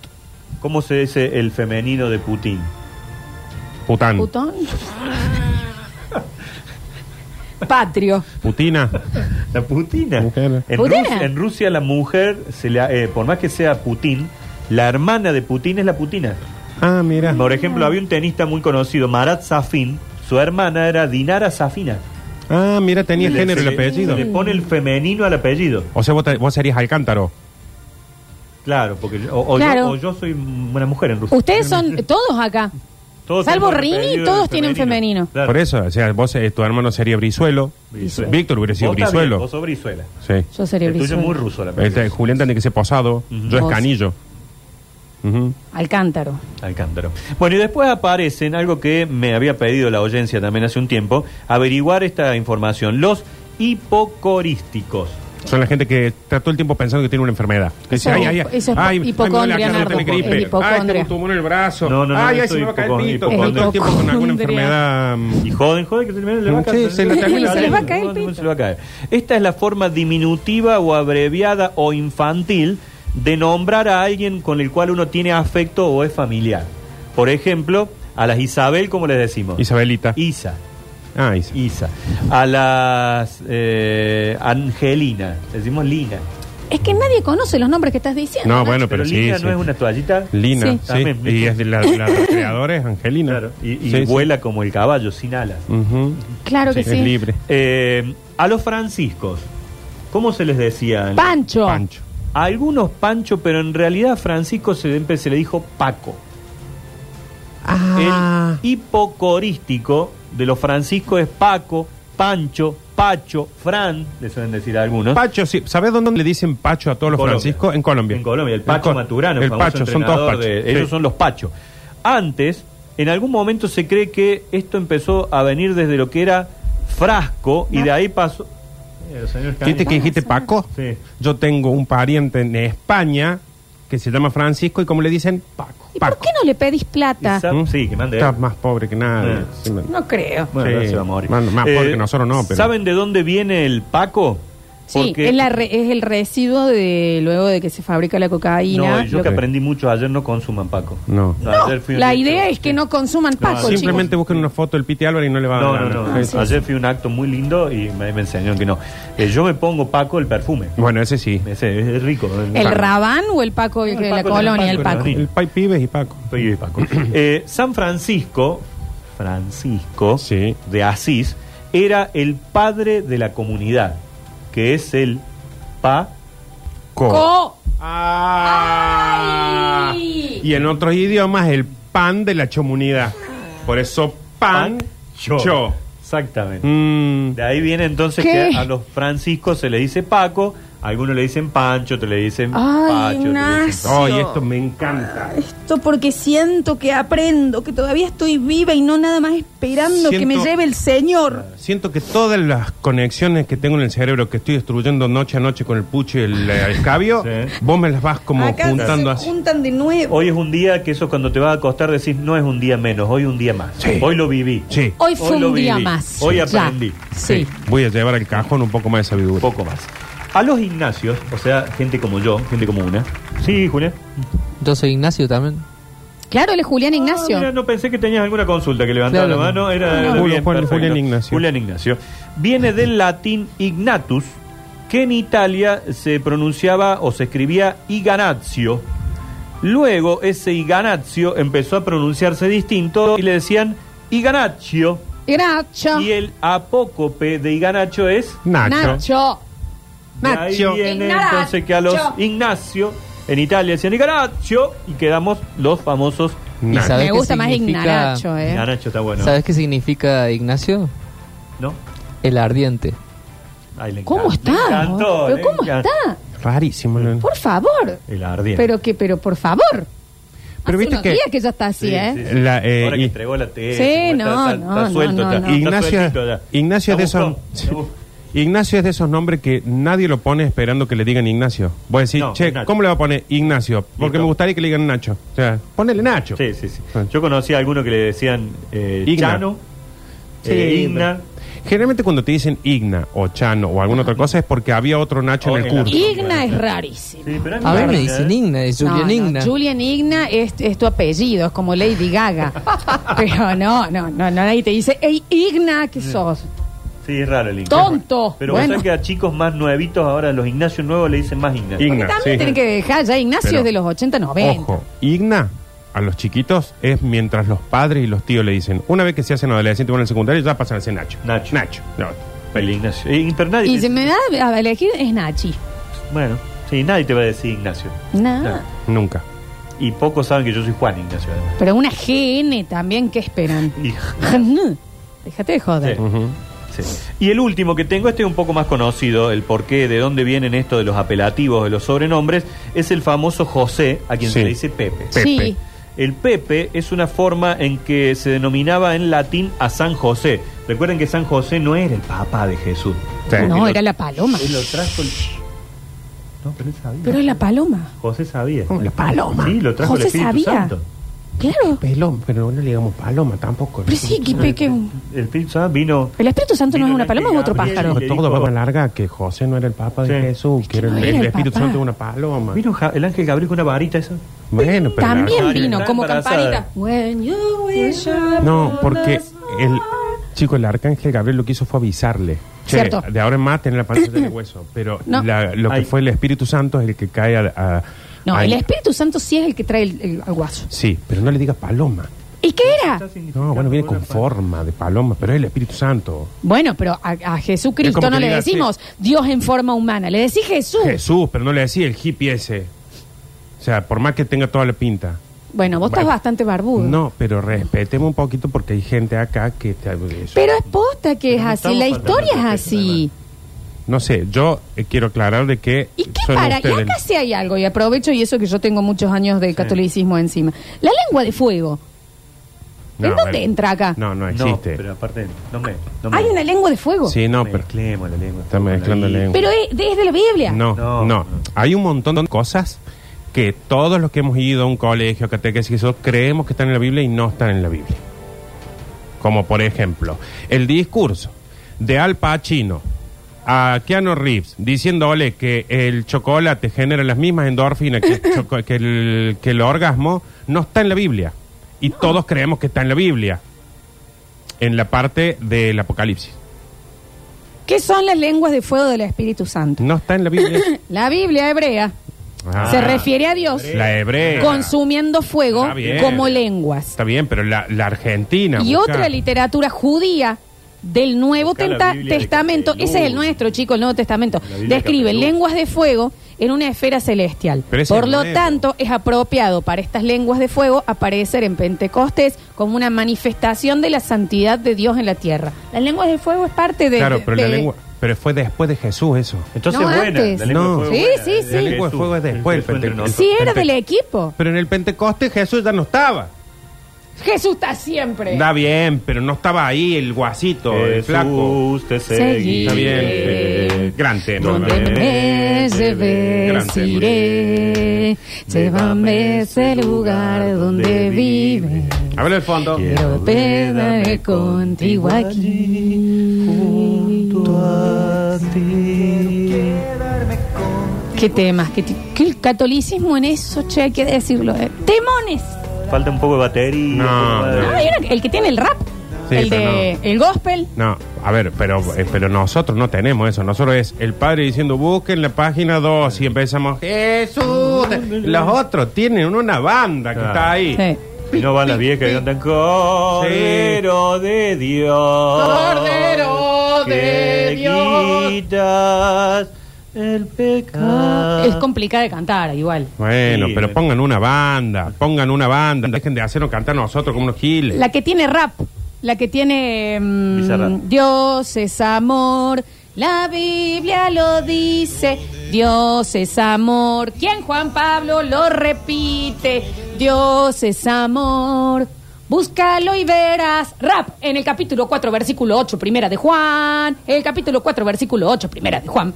D: ¿Cómo se dice el femenino de Putin?
B: pután,
A: Putón. Patrio.
B: putina.
D: La Putina.
B: Mujer.
D: En,
A: ¿Putina?
D: Rusia, en Rusia la mujer, se le ha- eh, por más que sea Putin, la hermana de Putin es la Putina.
B: Ah, mira.
D: Por ejemplo, había un tenista muy conocido, Marat Safin. Su hermana era Dinara Safina.
B: Ah, mira, tenía
D: Le-
B: género el
D: se le-
B: apellido.
D: se Le pone el femenino al apellido.
B: O sea, vos, te- vos serías Alcántaro.
D: Claro, porque yo- o, o
A: Claro.
D: Yo, o yo soy una mujer en Rusia.
A: Ustedes son
D: [laughs]
A: todos acá.
D: Todos
A: salvo
D: tenemos
A: Rini,
D: apellido
A: todos tienen femenino.
D: Claro.
B: Por eso, o sea, vos, eh, tu hermano sería Brizuelo.
D: Brizuela.
B: Víctor hubiera sido
D: Vos también,
B: Brizuelo.
D: Vos sos Brizuela.
B: Sí.
A: Yo seré
D: El tuyo es
A: Brizuela.
D: muy ruso la
B: Este,
D: película.
B: Julián tiene que ser Posado.
D: Ujú.
B: Yo es
A: Vos.
B: Canillo. Ujú.
A: Alcántaro.
D: Alcántaro. Bueno, y después aparecen algo que me había pedido la audiencia también hace un tiempo, averiguar esta información. Los hipocorísticos.
B: Son la gente que está todo el tiempo pensando que tiene una enfermedad. Que dice,
A: Eso-
B: ay, ay, ay,
A: Oh, eso es
B: ay, ay, me duele la
A: hipocondria,
B: cara, tengo
A: Nardo.
B: gripe.
A: Es
B: Ay, tengo
A: hipocondria.
B: un tumor en el brazo.
D: No, no, no,
B: ay,
D: no,
B: ay, se
D: soy
B: me va a caer el
D: hipocondria.
B: pito.
A: Es
B: Todo el tiempo con alguna enfermedad. mm,
D: Y joden, joden que terminan, le va a
B: Sí,
D: caer.
B: se le termina
A: Se le va a caer el
D: No, no,
A: pito.
D: se le va a caer. Esta es la forma diminutiva o abreviada o infantil de nombrar a alguien con el cual uno tiene afecto o es familiar. Por ejemplo, a las Isabel, como les decimos.
B: Isabelita.
D: Isa.
B: Ah, Isa.
D: Isa. A las eh, Angelina. Decimos Lina.
A: Es que nadie conoce los nombres que estás diciendo.
B: No,
A: Nacho.
B: bueno, pero, sí.
D: Lina
B: sí.
D: no es una toallita.
B: Lina,
A: Sí.
B: sí.
D: También,
B: y
D: ¿viste?
B: es de la, la
D: [coughs]
B: recreadora, es Angelina.
D: Claro. Y, y
B: Sí, sí.
D: vuela como el caballo, sin alas.
B: Ujú.
A: Claro que
B: Es
A: sí.
B: libre.
D: Eh, a los franciscos. ¿Cómo se les decía?
A: Pancho.
B: Pancho.
D: A algunos Pancho, pero en realidad a Francisco se le, se le dijo Paco. El hipocorístico de los franciscos es Paco, Pancho, Pacho, Fran, le suelen decir a algunos.
B: Pacho, sí. ¿Sabes dónde le dicen Pacho a todos los
D: Colombia.
B: franciscos? En Colombia.
D: En Colombia, el Pacho
B: En Co-
D: Maturano,
B: El
D: famoso
B: Pacho, son todos
D: entrenador
B: Pachos.
D: de-
B: Sí.
D: Ellos son los Pachos. Antes, en algún momento se cree que esto empezó a venir desde lo que era Frasco y de ahí pasó. Eh, señor Cani.
B: ¿Viste que dijiste Paco?
D: Sí.
B: Yo tengo un pariente en España que se llama Francisco y como le dicen, Paco.
A: ¿Y
B: Paco.
A: por qué no le pedís plata?
D: Isa-
B: ¿Mm?
D: Sí, que mande.
B: Estás más pobre que nadie.
D: Eh.
B: Sí, man.
A: No creo.
D: Bueno,
B: Sí.
D: ahora se va a morir.
B: Más- más pobre que nosotros no, pero-
D: ¿Saben de dónde viene el Paco?
A: Sí,
D: Porque-
A: es, la re- es el residuo de luego de que se fabrica la cocaína.
D: No, yo
A: Lo-
D: que aprendí mucho ayer, no consuman Paco.
B: No.
D: ayer fui un
A: la
D: acto-
A: idea es que no consuman Paco,
D: no,
A: chicos.
B: Simplemente busquen una foto del Piti Álvarez y Ah, no le va a
D: Ah, No,
B: dar
D: no,
B: ganas.
D: no.
B: Sí, sí.
D: Ayer fui un acto muy lindo y me, me enseñaron que no. Eh, yo me pongo Paco el perfume.
B: Bueno, ese sí.
D: Ese es rico.
A: ¿El Rabán o el Paco
D: No, el
A: de la
D: Paco,
A: colonia?
D: el
A: El
D: Paco,
A: Paco.
D: Sí.
B: El Pai Pibes y Paco.
A: [clears throat]
D: Soy Paco. Eh, San Francisco, Francisco
B: Sí.
D: de Asís, era el padre de la comunidad, que es el pa.
A: Co.
B: Ah.
A: Ay.
B: Y en otros idiomas, el pan de la chomunidad. Por eso, pan,
D: Pancho.
B: cho.
D: Exactamente.
B: Mm,
D: De ahí viene entonces
A: ¿Qué?
D: que a los franciscos se le dice Paco, a algunos le dicen Pancho, te le dicen
A: Ay,
D: Pacho. te le dicen-
A: Nas.
B: Ay, esto me encanta.
A: Esto porque siento que aprendo, que todavía estoy viva y no nada más esperando
B: que Siento- me lleve
A: el Señor.
B: Siento que todas las conexiones que tengo en el cerebro que estoy destruyendo noche a noche con el pucho y el, eh, escabio,
D: Sí.
B: vos me las vas
A: Ah,
B: como juntando así.
A: juntan de nuevo.
D: Hoy es un día que eso cuando te vas a acostar decís no es un día menos, hoy un día más.
B: Sí.
D: Hoy lo viví.
B: Sí.
A: Hoy fue
D: lo
A: un día
D: viví.
A: más.
D: Hoy
A: Ya.
D: aprendí.
A: Sí.
B: Voy a llevar al cajón un poco más de
D: Un
B: sabiduría.
D: poco más. A los Ignacios, o sea, gente como yo, gente como una. Sí, Julián.
C: Yo soy Ignacio también.
A: Claro, él es Julián Ignacio.
D: Ah, mira, no pensé que tenías alguna consulta que levantaba
C: Claro.
D: la mano. Era,
B: No, no,
D: era
B: Julio-
D: bien,
B: Juan-
D: perfecto.
B: Julián Ignacio.
D: Julián Ignacio. Viene del latín ignatus, que en Italia se pronunciaba o se escribía Iganazio. Luego ese Iganazio empezó a pronunciarse distinto y le decían Iganaccio.
A: Ignacio.
D: Y el apócope de Iganacho es
B: Nacho.
A: Nacho.
D: de ahí
B: Nacho.
D: viene
A: Ignacio.
D: entonces que a los Ignacio en Italia decían Iganacio y quedamos los famosos
C: ¿Y
B: Nacho.
C: sabes
A: Me
C: qué
A: gusta más
C: significa-
A: Ignacio, ¿eh?
D: Iganacho está bueno.
C: ¿Sabes qué significa Ignacio?
D: ¿No?
C: El ardiente.
D: Ay, le
A: ¿Cómo
D: encanta.
A: está?
D: Le encantó,
A: ¿Pero
D: le
A: cómo
D: encanta.
A: está?
B: Rarísimo. ¿no?
A: Por favor.
D: El ardiente.
A: Pero que, pero por favor. Hace
B: viste
A: unos
B: que-
A: días que ya está así,
D: Sí,
A: ¿eh?
D: sí, sí.
B: La, eh,
D: Ahora que
B: y-
D: entregó la tesis.
A: Sí,
D: está-
A: no,
D: está,
A: no,
D: está suelto,
A: no,
D: está-
A: no.
D: está
B: Ignacio,
D: sueltito ya.
B: Ignacio es de
D: La
B: esos
D: buscó, la buscó.
B: Ignacio es de esos nombres que nadie lo pone esperando que le digan Ignacio. Voy a decir,
D: No,
B: che,
D: Ignacio.
B: ¿cómo le va a poner Ignacio? Porque
D: Listo.
B: me gustaría que le digan Nacho. O sea, ponele Nacho.
D: Sí, sí, sí. Yo conocí a alguno que le decían eh,
B: Ah. Igna.
D: Chano,
B: Sí,
D: eh,
B: Igna.
D: Igna.
B: Generalmente cuando te dicen Igna o Chano o alguna otra cosa es porque había otro Nacho
D: O
B: en el
D: en la-
B: curso.
A: Igna es rarísimo.
D: Sí, pero es
C: A ver, me
D: Igna,
C: dicen
D: ¿eh?
C: Igna, es
A: No,
C: Julián
A: no,
C: Igna.
A: Julian Igna es, es tu apellido, es como Lady
D: [laughs]
A: Gaga. Pero no, no, no, nadie te dice, ¡Ey, Igna, qué sos!
D: Sí, es raro el Igna.
A: Tonto.
D: Pero
A: Bueno.
D: bueno. que a chicos más nuevitos ahora, los Ignacios nuevos le dicen más Igna.
B: Igna.
A: También
B: sí.
A: tienen que dejar, ya Ignacio
B: Pero-
A: es de los 80, 90.
B: Ojo, Igna a los chiquitos es mientras los padres y los tíos le dicen. Una vez que se hacen adolescentes o en el secundario ya pasan a ser Nacho.
D: Nacho.
B: Nacho. No.
D: El Ignacio. Eh, pero nadie
A: Y
D: te-
A: se me da a elegir, es Nachi.
D: Bueno, sí, nadie te va a decir Ignacio.
A: Nada.
B: Nunca.
D: Y pocos saben que yo soy Juan Ignacio. además.
A: Pero una GN también, ¿qué esperan?
D: Y-
A: [laughs] Déjate de joder.
D: [laughs] Sí.
B: Ujú.
D: Sí. Y el último que tengo, este es un poco más conocido, el porqué de dónde vienen esto de los apelativos, de los sobrenombres, es el famoso José, a quien
B: Sí.
D: se le dice Pepe.
B: Pepe.
A: Sí.
D: El Pepe es una forma en que se denominaba en latín a San José. Recuerden que San José no era el papá de Jesús.
B: Sí.
D: Porque
A: No,
D: lo-
A: era la paloma.
D: Él lo trajo. el- No, pero él sabía.
A: Pero es la paloma.
D: José sabía.
B: La paloma.
D: Sí, lo trajo el
A: José
D: Espíritu
A: sabía.
D: Santo.
A: Claro.
B: Pelón, pero no le digamos paloma tampoco.
A: Pero sí, que, que- que-
D: El Espíritu Santo vino.
A: el Espíritu Santo no
D: Vino
A: es una
D: la
A: paloma, es otro
D: Gabriel.
A: pájaro.
D: Le dijo-
B: todo va más larga que José no era el Papa de
D: Sí.
B: Jesús, que era
A: no
B: el,
A: era el
B: el Espíritu
A: Papa.
B: Santo de una paloma.
D: Vino Ja- el ángel Gabriel con una varita esa.
B: Bueno, pero
A: También
D: Gabriel
A: vino
D: está
A: como
D: embarazada.
A: campanita. When you wish upon
B: No, porque
A: us.
B: el chico, el arcángel Gabriel lo que hizo fue avisarle. Che,
A: Cierto.
B: de ahora en más tener la
A: [clears throat]
B: pantalla de hueso. Pero
A: No.
B: la- lo que
D: Ay.
B: fue el Espíritu Santo es el que cae a. a-
A: No,
B: a-
A: el Espíritu Santo sí es el que trae el, el- al guaso.
B: Sí, pero no le digas paloma.
A: ¿Y qué era?
B: No, bueno, viene con forma de paloma, pero es el Espíritu Santo.
A: Bueno, pero a, a
B: Es como
A: Jesucristo no
B: que
A: le
B: digas,
A: decimos Dios en forma humana, le decís Jesús.
B: Jesús, pero no le decía el hippie ese. O sea, por más que tenga toda la pinta.
A: Bueno, vos
B: Bueno.
A: estás bastante barbudo.
B: No, pero respetemos un poquito porque hay gente acá que te eso.
A: Pero es posta que es
D: Pero no
A: así,
D: estamos
A: la
D: faltando
A: historia es
D: al respeto,
A: así.
B: No sé, yo eh, quiero aclarar de que
A: ¿Y qué
B: son
A: para? Y
B: ustedes-
A: acá sí hay algo, y aprovecho, y eso que yo tengo muchos años de catolicismo encima. La lengua de fuego.
B: No,
A: ¿En dónde
B: bueno.
A: entra acá?
B: No, no
D: No,
B: existe.
D: pero aparte, no me. No me
A: Hay una lengua de fuego.
B: Sí, no, pero...
D: Mezclemos la lengua.
B: Está mezclando
D: Ahí.
B: la lengua.
A: Pero es, es de la Biblia.
B: No, no,
D: No, no.
B: Hay un montón de cosas que todos los que hemos ido a un colegio, catequesis, y eso, creemos que están en la Biblia y no están en la Biblia. Como por ejemplo, el discurso de Al Pacino a Keanu Reeves diciéndole que el chocolate genera las mismas endorfinas que el,
A: [laughs]
B: choco- que el- que el orgasmo, no está en la Biblia. Y todos creemos que está en la Biblia, en la parte del Apocalipsis.
A: ¿Qué son las lenguas de fuego del Espíritu Santo?
B: No está en la Biblia.
A: La Biblia hebrea
B: Ah.
A: [laughs] se refiere a Dios
B: La hebrea.
A: consumiendo fuego
B: Está bien.
A: como lenguas.
B: Está bien, pero la, la Argentina.
A: Y
B: busca-
A: otra literatura judía del Nuevo
D: Busca la
A: Tenta-
D: Biblia de
A: Testamento,
D: Capeluz.
A: ese es el nuestro, chicos, el Nuevo Testamento,
D: La Biblia de
A: describe
D: Capeluz.
A: lenguas de fuego en una esfera celestial.
B: Pero ese
A: Por
B: es
A: lo
B: nuevo.
A: tanto, es apropiado para estas lenguas de fuego aparecer en Pentecostés como una manifestación de la santidad de Dios en la tierra. Las lenguas de fuego es parte de...
B: Claro, pero
A: de-
B: la lengua. Pero fue después de Jesús eso.
D: Entonces,
A: No,
D: buena.
A: antes.
D: La lengua
B: No.
D: de fuego
A: Sí,
D: buena,
A: sí,
D: la
A: sí.
D: de
B: La lengua de
D: Jesús.
B: fuego es después,
D: Jesús
B: el
D: entre
B: Pentecostés.
A: Sí, era
B: Pente-
A: del equipo.
B: Pero en el Pentecostés Jesús ya no estaba.
A: Jesús está siempre.
B: Está bien, pero no estaba ahí el guasito, el Eh, flaco.
D: Jesús, te seguí.
B: Está bien. eh, gran tema.
A: Donde
B: ¿no?
A: me lleves
B: Gran
A: iré, llévame a ese lugar donde vive.
B: A ver el fondo.
A: Quiero hospedarme contigo aquí. Ah. Qué temas, qué, ti- qué el catolicismo en eso, che, hay que decirlo. eh. Temones.
D: falta un poco de batería.
B: No,
D: un poco de-
B: no.
A: Ah, hay una- el que tiene el rap,
B: Sí,
A: el
B: pero
A: de
B: no.
A: el gospel.
B: No, a ver, pero, eh, pero nosotros no tenemos eso. Nosotros es el padre diciendo, busquen la página 2 y empezamos, Jesús. Los otros tienen una banda que
D: Claro.
B: está ahí.
A: Sí.
D: Y no van las viejas que cantan Cordero de Dios.
B: Cordero de
D: que
B: Dios.
D: quitas el pecado.
A: Es complicado de cantar, igual.
B: Bueno,
D: Sí,
B: pero
D: bueno.
B: pongan una banda, pongan una banda, dejen de hacernos cantar nosotros como unos giles.
A: La que tiene rap, la que tiene mm,
D: Bizarrap.
A: Dios es amor, la Biblia lo dice, Dios es amor, quien Juan Pablo lo repite, Dios es amor. Búscalo y verás. Rap en el capítulo 4, versículo 8, primera de Juan. El capítulo 4, versículo 8, primera de Juan.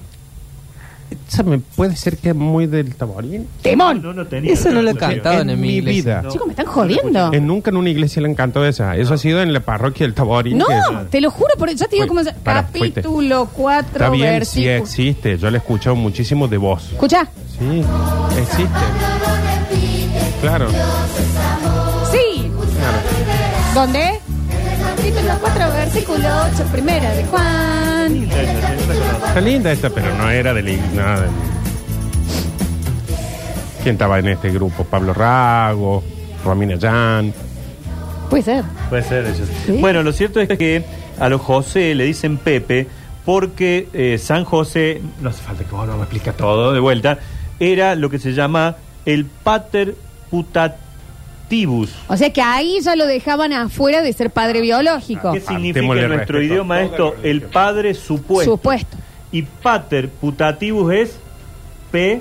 B: Esa me puede ser que es muy del taborín.
A: ¡Temón!
D: No, no tenía.
C: Esa no la he
D: tenía.
C: cantado en,
B: En
C: mi
B: mi
C: iglesia.
B: vida.
D: No.
A: Chicos, me están jodiendo.
B: Eh, nunca en una iglesia le han cantado esa. Eso ha sido en la parroquia del taborín.
A: No,
B: que-
A: te lo juro, por, ya te digo
B: Fui-
A: cómo es.
B: eh. para, fuiste.
A: Capítulo 4,
B: Está bien, sí
A: versículo.
B: existe. Yo la he escuchado muchísimo de voz.
A: Escucha.
B: Sí, existe. Claro.
A: Sí. ¿Dónde? Capítulo 4, versículo 8, primera de Juan.
B: Está linda esta, pero no era de la ig- nada de- ¿Quién estaba en este grupo? Pablo Rago, Romina Yan.
A: Puede ser.
D: Puede ser eso.
A: Sí.
D: Bueno, lo cierto es que a los José le dicen Pepe porque eh, San José, no hace falta que vos no me explica todo de vuelta, era lo que se llama el pater putativus.
A: O sea que ahí ya lo dejaban afuera de ser padre
B: Ah,
A: biológico.
D: ¿Qué significa
B: Faltémosle
D: en nuestro
B: respeto a
D: idioma
B: toda
D: esto?
B: la
D: El
B: religión.
D: padre supuesto.
A: Supuesto.
D: Y pater putativus es P.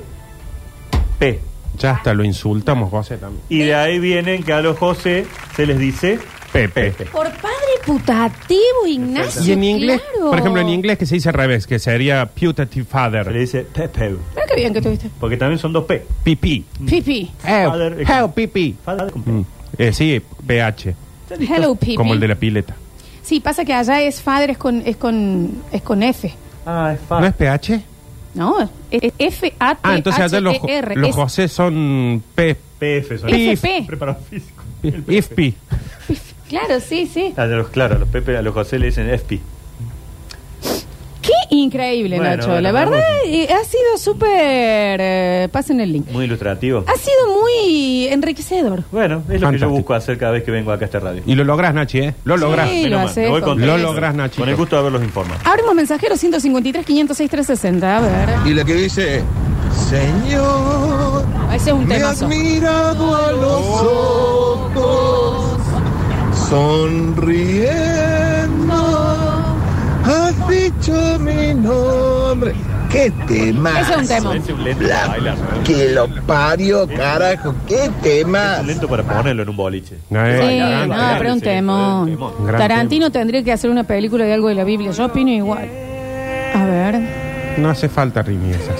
D: P.
B: Ya hasta lo insultamos, José, también.
D: Y de ahí vienen que a los José se les dice
B: Pepe.
A: Por padre putativo, Ignacio.
B: Y en inglés,
A: claro.
B: por ejemplo, en inglés que se dice al revés, que sería putative
D: se le
B: father.
D: dice Pepe.
A: Mira qué bien que tuviste.
D: Porque también son dos P.
B: Pipí.
A: Pipi.
D: Father-
B: Help, help, pipí.
D: Padre con P.
B: Mm. Eh, sí, PH,
A: Hello, Pipi.
B: como el de la pileta.
A: Sí, pasa que allá es padre, es con, es con, es con F.
D: Ah, es
B: ¿No
D: padre.
B: es PH?
A: No, es es F A T
B: Ah, entonces allá los,
A: H E R,
B: los
A: es
B: José son P.
D: PF son
B: Pif.
A: FP.
D: preparado físico. E
B: IFPI.
A: Claro, sí, sí.
D: A Ah, los, claro, a los Pepe, a los José le dicen FP.
A: Qué increíble,
D: Bueno,
A: Nacho.
D: bueno,
A: la
D: vamos.
A: verdad, eh, ha sido súper. eh, pasen el link.
D: Muy ilustrativo.
A: Ha sido muy enriquecedor.
D: Bueno, es lo que yo
B: Fantástico.
D: busco hacer cada vez que vengo acá a esta radio.
B: Y lo lográs, Nachi, ¿eh? Lo lográs.
A: Sí, lo
D: Menos mal,
A: haces,
D: me voy
B: Lo
D: contento.
B: lográs, Nachito.
D: Con el gusto de haberlos informado.
A: Abrimos mensajero 153 506 360. A ver.
F: Y la que dice, Señor,
A: Ese es un
F: me
A: tema.
F: has mirado a los ojos, sonriendo, has dicho mi nombre. ¿Qué tema?
A: Ese es un tema.
D: Ese es un lento para bailar. ¿no?
F: Que lo parió, carajo. ¿Qué tema?
D: Es un lento para ponerlo en un boliche.
B: No, eh,
A: Ah. Sí,
B: gran-
A: no,
D: gran-
A: pero un
D: sí,
A: tema.
D: gran temón.
B: Gran
A: Tarantino tendría que hacer una película de algo de la Biblia. Yo opino igual. A ver.
B: No hace falta rimiesas.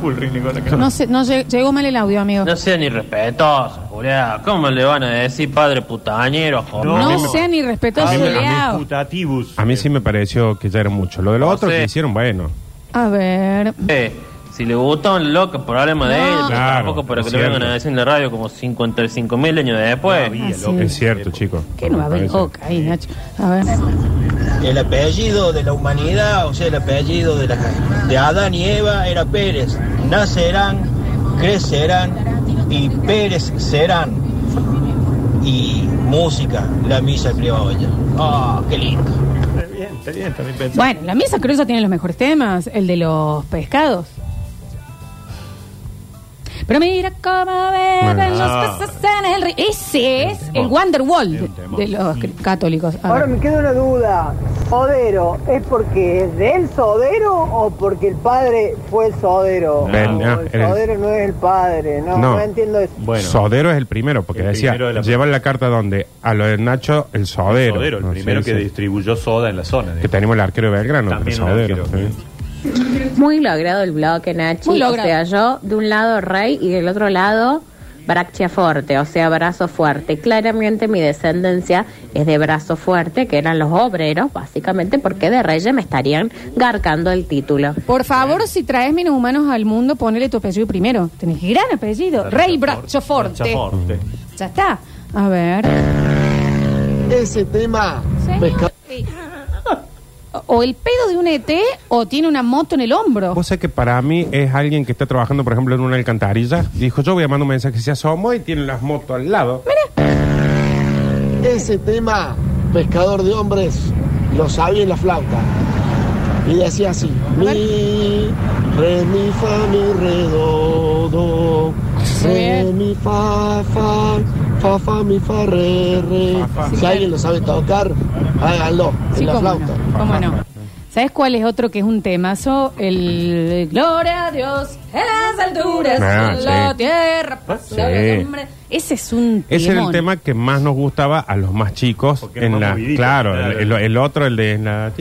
D: Full ring, Nicolás.
A: No sé, no lleg- llegó mal el audio, amigo.
H: No sean irrespetuosos, Julián. ¿Cómo le van a decir padre putañero, joder?
A: No,
D: a mí me-
A: sean irrespetuosos,
B: a mí me- a mí-
A: Leao.
D: Putativus.
B: A mí sí me pareció que ya era mucho. Lo de los
H: No
B: otros
H: sé.
B: que hicieron, bueno.
A: A ver.
H: Eh, Si le gusta un loco, problema de él, pero
B: Claro,
H: tampoco para
B: es
H: que lo vengan
B: cierto.
H: a decir en la radio como 55 mil años después.
A: Ah, sí.
B: Es cierto, chicos.
A: ¿Qué no va a haber
B: Me parece.
A: boca ahí, Nacho? A ver.
I: El apellido de la humanidad, o sea, el apellido de, la, de Adán y Eva era Pérez. Nacerán, crecerán y Pérez serán. Y música, la misa criolla. ¡Ah, qué lindo!
D: Está bien, está bien, también pensé.
A: Bueno, la misa criolla tiene los mejores temas, el de los pescados. Pero mira cómo beben
D: Ah.
A: los peces en el río. Ese es el
D: temón. Es
A: Wonderwall
D: un temón.
A: de los cri- católicos. A
J: Ahora
A: ver.
J: me queda una duda. Sodero, ¿es porque es del sodero o porque el padre fue el sodero?
B: Ven,
J: O
B: ah,
J: el
B: eres-
J: sodero no es el padre, no,
B: No.
J: no, entiendo eso.
D: Bueno.
B: Sodero es el primero, porque
D: El
B: decía,
D: primero de la-
B: llevan la carta donde a lo de Nacho, el Sodero.
D: Sodero, el
B: No,
D: primero
B: sí,
D: que
B: sí.
D: distribuyó soda en la zona.
B: Que
D: digamos.
B: tenemos el arquero de Belgrano,
D: También
B: pero
D: un
B: Sodero.
D: arquero.
B: sí.
K: Muy logrado el bloque, Nachi.
A: Muy logrado.
K: O sea, yo de un lado rey y del otro lado braccia forte, o sea, brazo fuerte. Claramente mi descendencia es de brazo fuerte, que eran los obreros, básicamente, porque de reyes me estarían garcando el título.
A: Por favor, si traes menos humanos al mundo, ponele tu apellido primero. Tenés gran apellido. Rey Brachoforte.
D: Brachoforte.
A: Ya está. A ver.
F: Ese tema.
A: me ca- O el pedo de un ET o tiene una moto en el hombro.
B: Vos sabés que para mí es alguien que está trabajando, por ejemplo, en una alcantarilla. Dijo, yo voy a mandar un mensaje, se asomó y tiene las motos al lado.
F: Ese tema, pescador de hombres, lo sabía en la flauta. Y decía así: Mi, re, mi, fa, mi, re, do, do. Re, mi, fa, fa, fa, fa, mi, fa, re, re.
A: Fa, fa.
F: Si alguien lo sabe tocar, háganlo
A: Sí,
F: en la
A: cómo
F: flauta.
A: no, cómo no. ¿Sabes cuál es otro que es un temazo? El Gloria a Dios en las alturas,
B: Ah,
A: en la
B: sí. Ah,
A: tierra. pasó
B: Sí.
A: el hombre. Ese es un
B: Ese era el
A: temón.
B: tema que más nos gustaba a los más chicos.
D: era
B: en
D: más
B: la,
D: movidito,
B: claro,
D: claro.
B: El, el otro, el de la
D: No,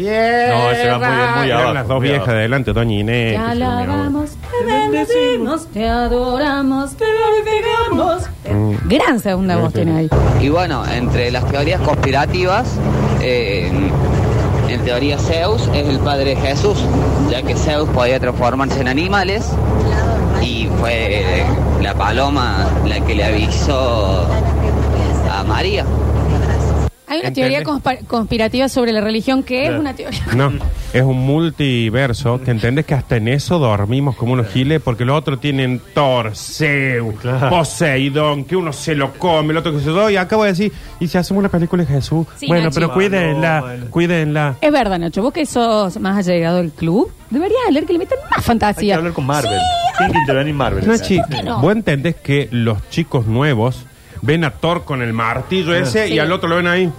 D: ese va muy, muy
B: Eran
D: abajo.
B: las dos
D: muy
B: viejas de
D: abajo.
B: adelante, Doña
A: Te
B: Inés. que se llama.
A: alabamos, te bendecimos, te adoramos, te glorificamos.
B: Mm.
A: Gran segunda voz tiene ahí.
L: Y bueno, entre las teorías conspirativas, eh, en teoría Zeus es el padre de Jesús, ya que Zeus podía transformarse en animales y fue eh, la paloma la que le avisó a María.
A: Hay una teoría
B: ¿Entendés?
A: conspa- conspirativa sobre la religión que es
B: Claro.
A: una teoría. [laughs]
B: No, es un multiverso que entendés que hasta en eso dormimos como unos giles porque los otros tienen Torceu, Poseidón, que uno se lo come, el otro que se lo... Y acabo de decir, y si hacemos la película de Jesús,
A: Sí,
B: bueno,
A: Nachi.
D: Ah,
B: pero cuídenla, cuídenla.
A: Es verdad, Nacho, vos que sos más allegado al club, deberías leer que le metan más fantasía.
D: Hay que hablar con Marvel. Tienen que intervenir Marvel.
B: Nachi,
A: ¿Por qué ah. no?
B: vos entendés que los chicos nuevos ven a Thor con el martillo
D: Ah,
B: ese
A: Sí.
B: y al otro lo ven ahí.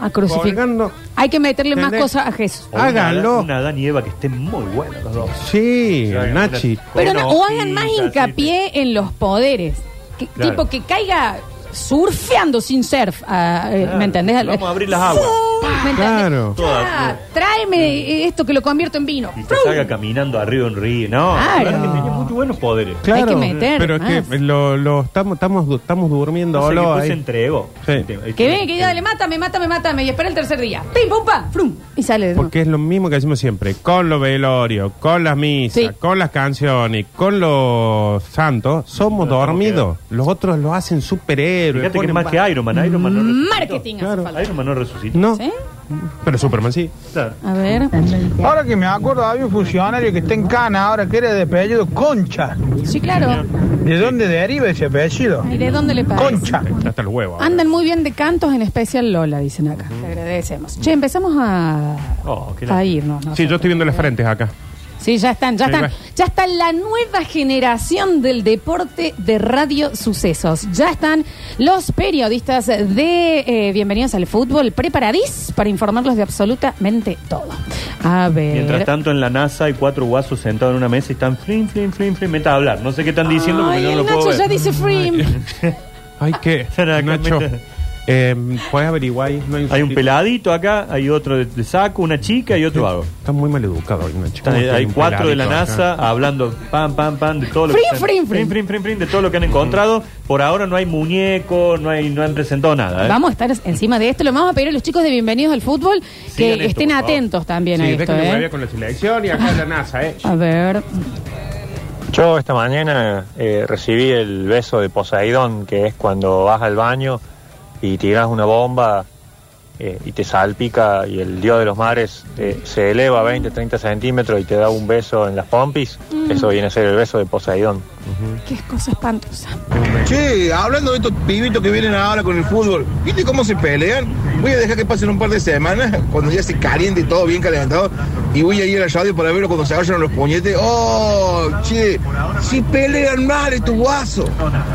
A: A crucificar.
B: Colgando.
A: Hay que meterle más
B: ¿Entendés?
A: cosas a Jesús.
D: O una-
B: Háganlo.
D: Una Adán y Eva que estén muy buenos los dos.
B: Sí,
D: Sí,
B: Nachi.
D: una-
A: Pero no,
D: una
A: o hagan más
D: hojita,
A: hincapié en los poderes. Que-
D: Claro.
A: Tipo que caiga surfeando sin surf. ah, eh,
D: Claro.
A: ¿Me entendés?
D: Vamos a abrir las aguas.
A: Surf, ¿Me entendés?
B: Claro.
A: Ah,
D: Todas,
A: tráeme esto que lo convierto en vino.
D: Y te salga caminando arriba un río. No,
A: Claro.
D: la verdad que tenía muy buenos poderes.
B: Claro,
A: que meter
B: pero es que
A: más.
B: lo, lo estamos, estamos, estamos durmiendo.
D: No sé, que
B: olo,
D: después
B: ahí.
D: se entregó. Este,
B: Sí.
A: Que viene, que ya le mátame, mátame, mátame. Y espera el tercer día. Pim, pum, pa, frum. Y sale. de nuevo.
B: Porque es lo mismo que decimos siempre, con los velorios, con las misas,
A: Sí.
B: con las canciones, con los santos, somos dormidos. Los otros lo hacen superhéroes.
D: Fíjate que
B: ponen
D: es más que Iron Man. Iron Man no resucitó.
A: Marketing hace falta.
D: Iron Man no resucitó.
B: No,
A: ¿Sí?
B: pero Superman sí.
D: Claro.
A: A ver.
M: Ahora que me acuerdo, había un funcionario que está en Cana, ahora que era de apellido Concha.
A: Sí, claro.
M: ¿De dónde deriva ese apellido?
A: ¿Y de dónde le parece?
M: Concha.
B: Hasta los huevos.
A: Andan muy bien de cantos, en especial Lola, dicen acá. Te agradecemos. Che, empezamos a,
D: Oh, qué
A: a
D: lástima.
A: irnos. ¿no?
B: Sí, yo estoy viendo las frentes acá.
A: Sí, ya están, ya
B: Sí,
A: están.
B: va.
A: Ya está la nueva generación del deporte de Radio Sucesos. Ya están los periodistas de eh, Bienvenidos al Fútbol preparadís para informarlos de absolutamente todo. A ver.
D: Mientras tanto, en la NASA hay cuatro guasos sentados en una mesa y están flim, flim, flim, flim. Meta a hablar. No sé qué están diciendo porque
A: Ay,
D: yo no
A: el
D: lo puedo
A: Nacho ya
D: ver.
A: dice Freem.
B: Ay,
D: [laughs]
B: que
D: Acá
B: Nacho,
D: meta-
B: eh, puedes averiguar. ahí? No
D: Hay un
B: subtítulo.
D: peladito acá, hay otro de, de saco, una chica y otro vago.
B: Está muy mal educado hoy, Nacho.
D: Está-
B: Hay
D: hay
B: un
D: cuatro de la
B: peladito acá.
D: NASA hablando pam, pam, pam de todo lo
A: Frin,
D: que
A: frin, frin.
D: Frin, frin, frin, de todo lo que han encontrado. Por ahora no hay muñeco, no hay, no han presentado nada. ¿eh?
A: Vamos a estar encima de esto. Lo vamos a pedir a los chicos de Bienvenidos al Fútbol que
D: esto,
A: estén
D: por favor.
A: atentos también a
B: Sí,
A: esto.
B: déjenme
A: ¿eh?
B: huevear con la selección y acá la NASA, ¿eh?
A: A ver.
N: Yo esta mañana eh, recibí el beso de Poseidón, que es cuando vas al baño y tiras una bomba eh, y te salpica y el dios de los mares eh, se eleva 20, 30 centímetros y te da un beso en las pompis.
A: Mm.
N: Eso viene a ser el beso de Poseidón.
A: Qué cosa espantosa.
F: Che, hablando de estos pibitos que vienen ahora con el fútbol, ¿viste cómo se pelean? Voy a dejar que pasen un par de semanas, cuando ya se caliente y todo bien calentado, y voy a ir al radio para verlo cuando se vayan los puñetes. ¡Oh, che! Si pelean mal estos guasos.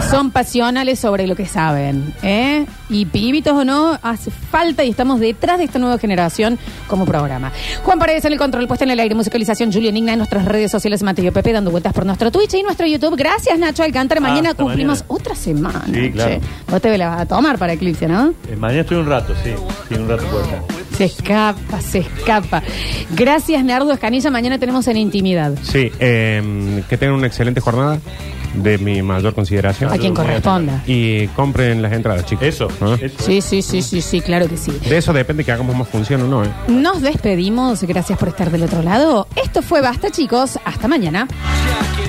A: Son pasionales sobre lo que saben. ¿eh? Y pibitos o no, hace falta y estamos detrás de esta nueva generación como programa. Juan Paredes en el control, puesta en el aire, musicalización, Julio Igna en nuestras redes sociales, Mateo Pepe dando vueltas por nuestro Twitch y nuestro YouTube. Gracias, Nacho Alcántara. Mañana
D: Hasta
A: cumplimos
D: mañana.
A: otra semana.
D: Sí, claro.
A: che. Vos te la vas a tomar para Eclipse, ¿no?
D: Eh, mañana estoy un rato, sí. Sí, un rato por acá.
A: Se escapa, se escapa. Gracias, Nardo Escanilla. Mañana tenemos en intimidad.
B: Sí, eh, que tengan una excelente jornada de mi mayor consideración.
A: A quien corresponda.
B: Y compren las entradas, chicos.
D: Eso.
B: ¿Ah?
A: Sí, sí, sí, sí, sí, claro que sí.
B: De eso depende que hagamos más función o no. ¿eh?
A: Nos despedimos, gracias por estar del otro lado. Esto fue Basta, chicos. Hasta mañana.
G: Aquí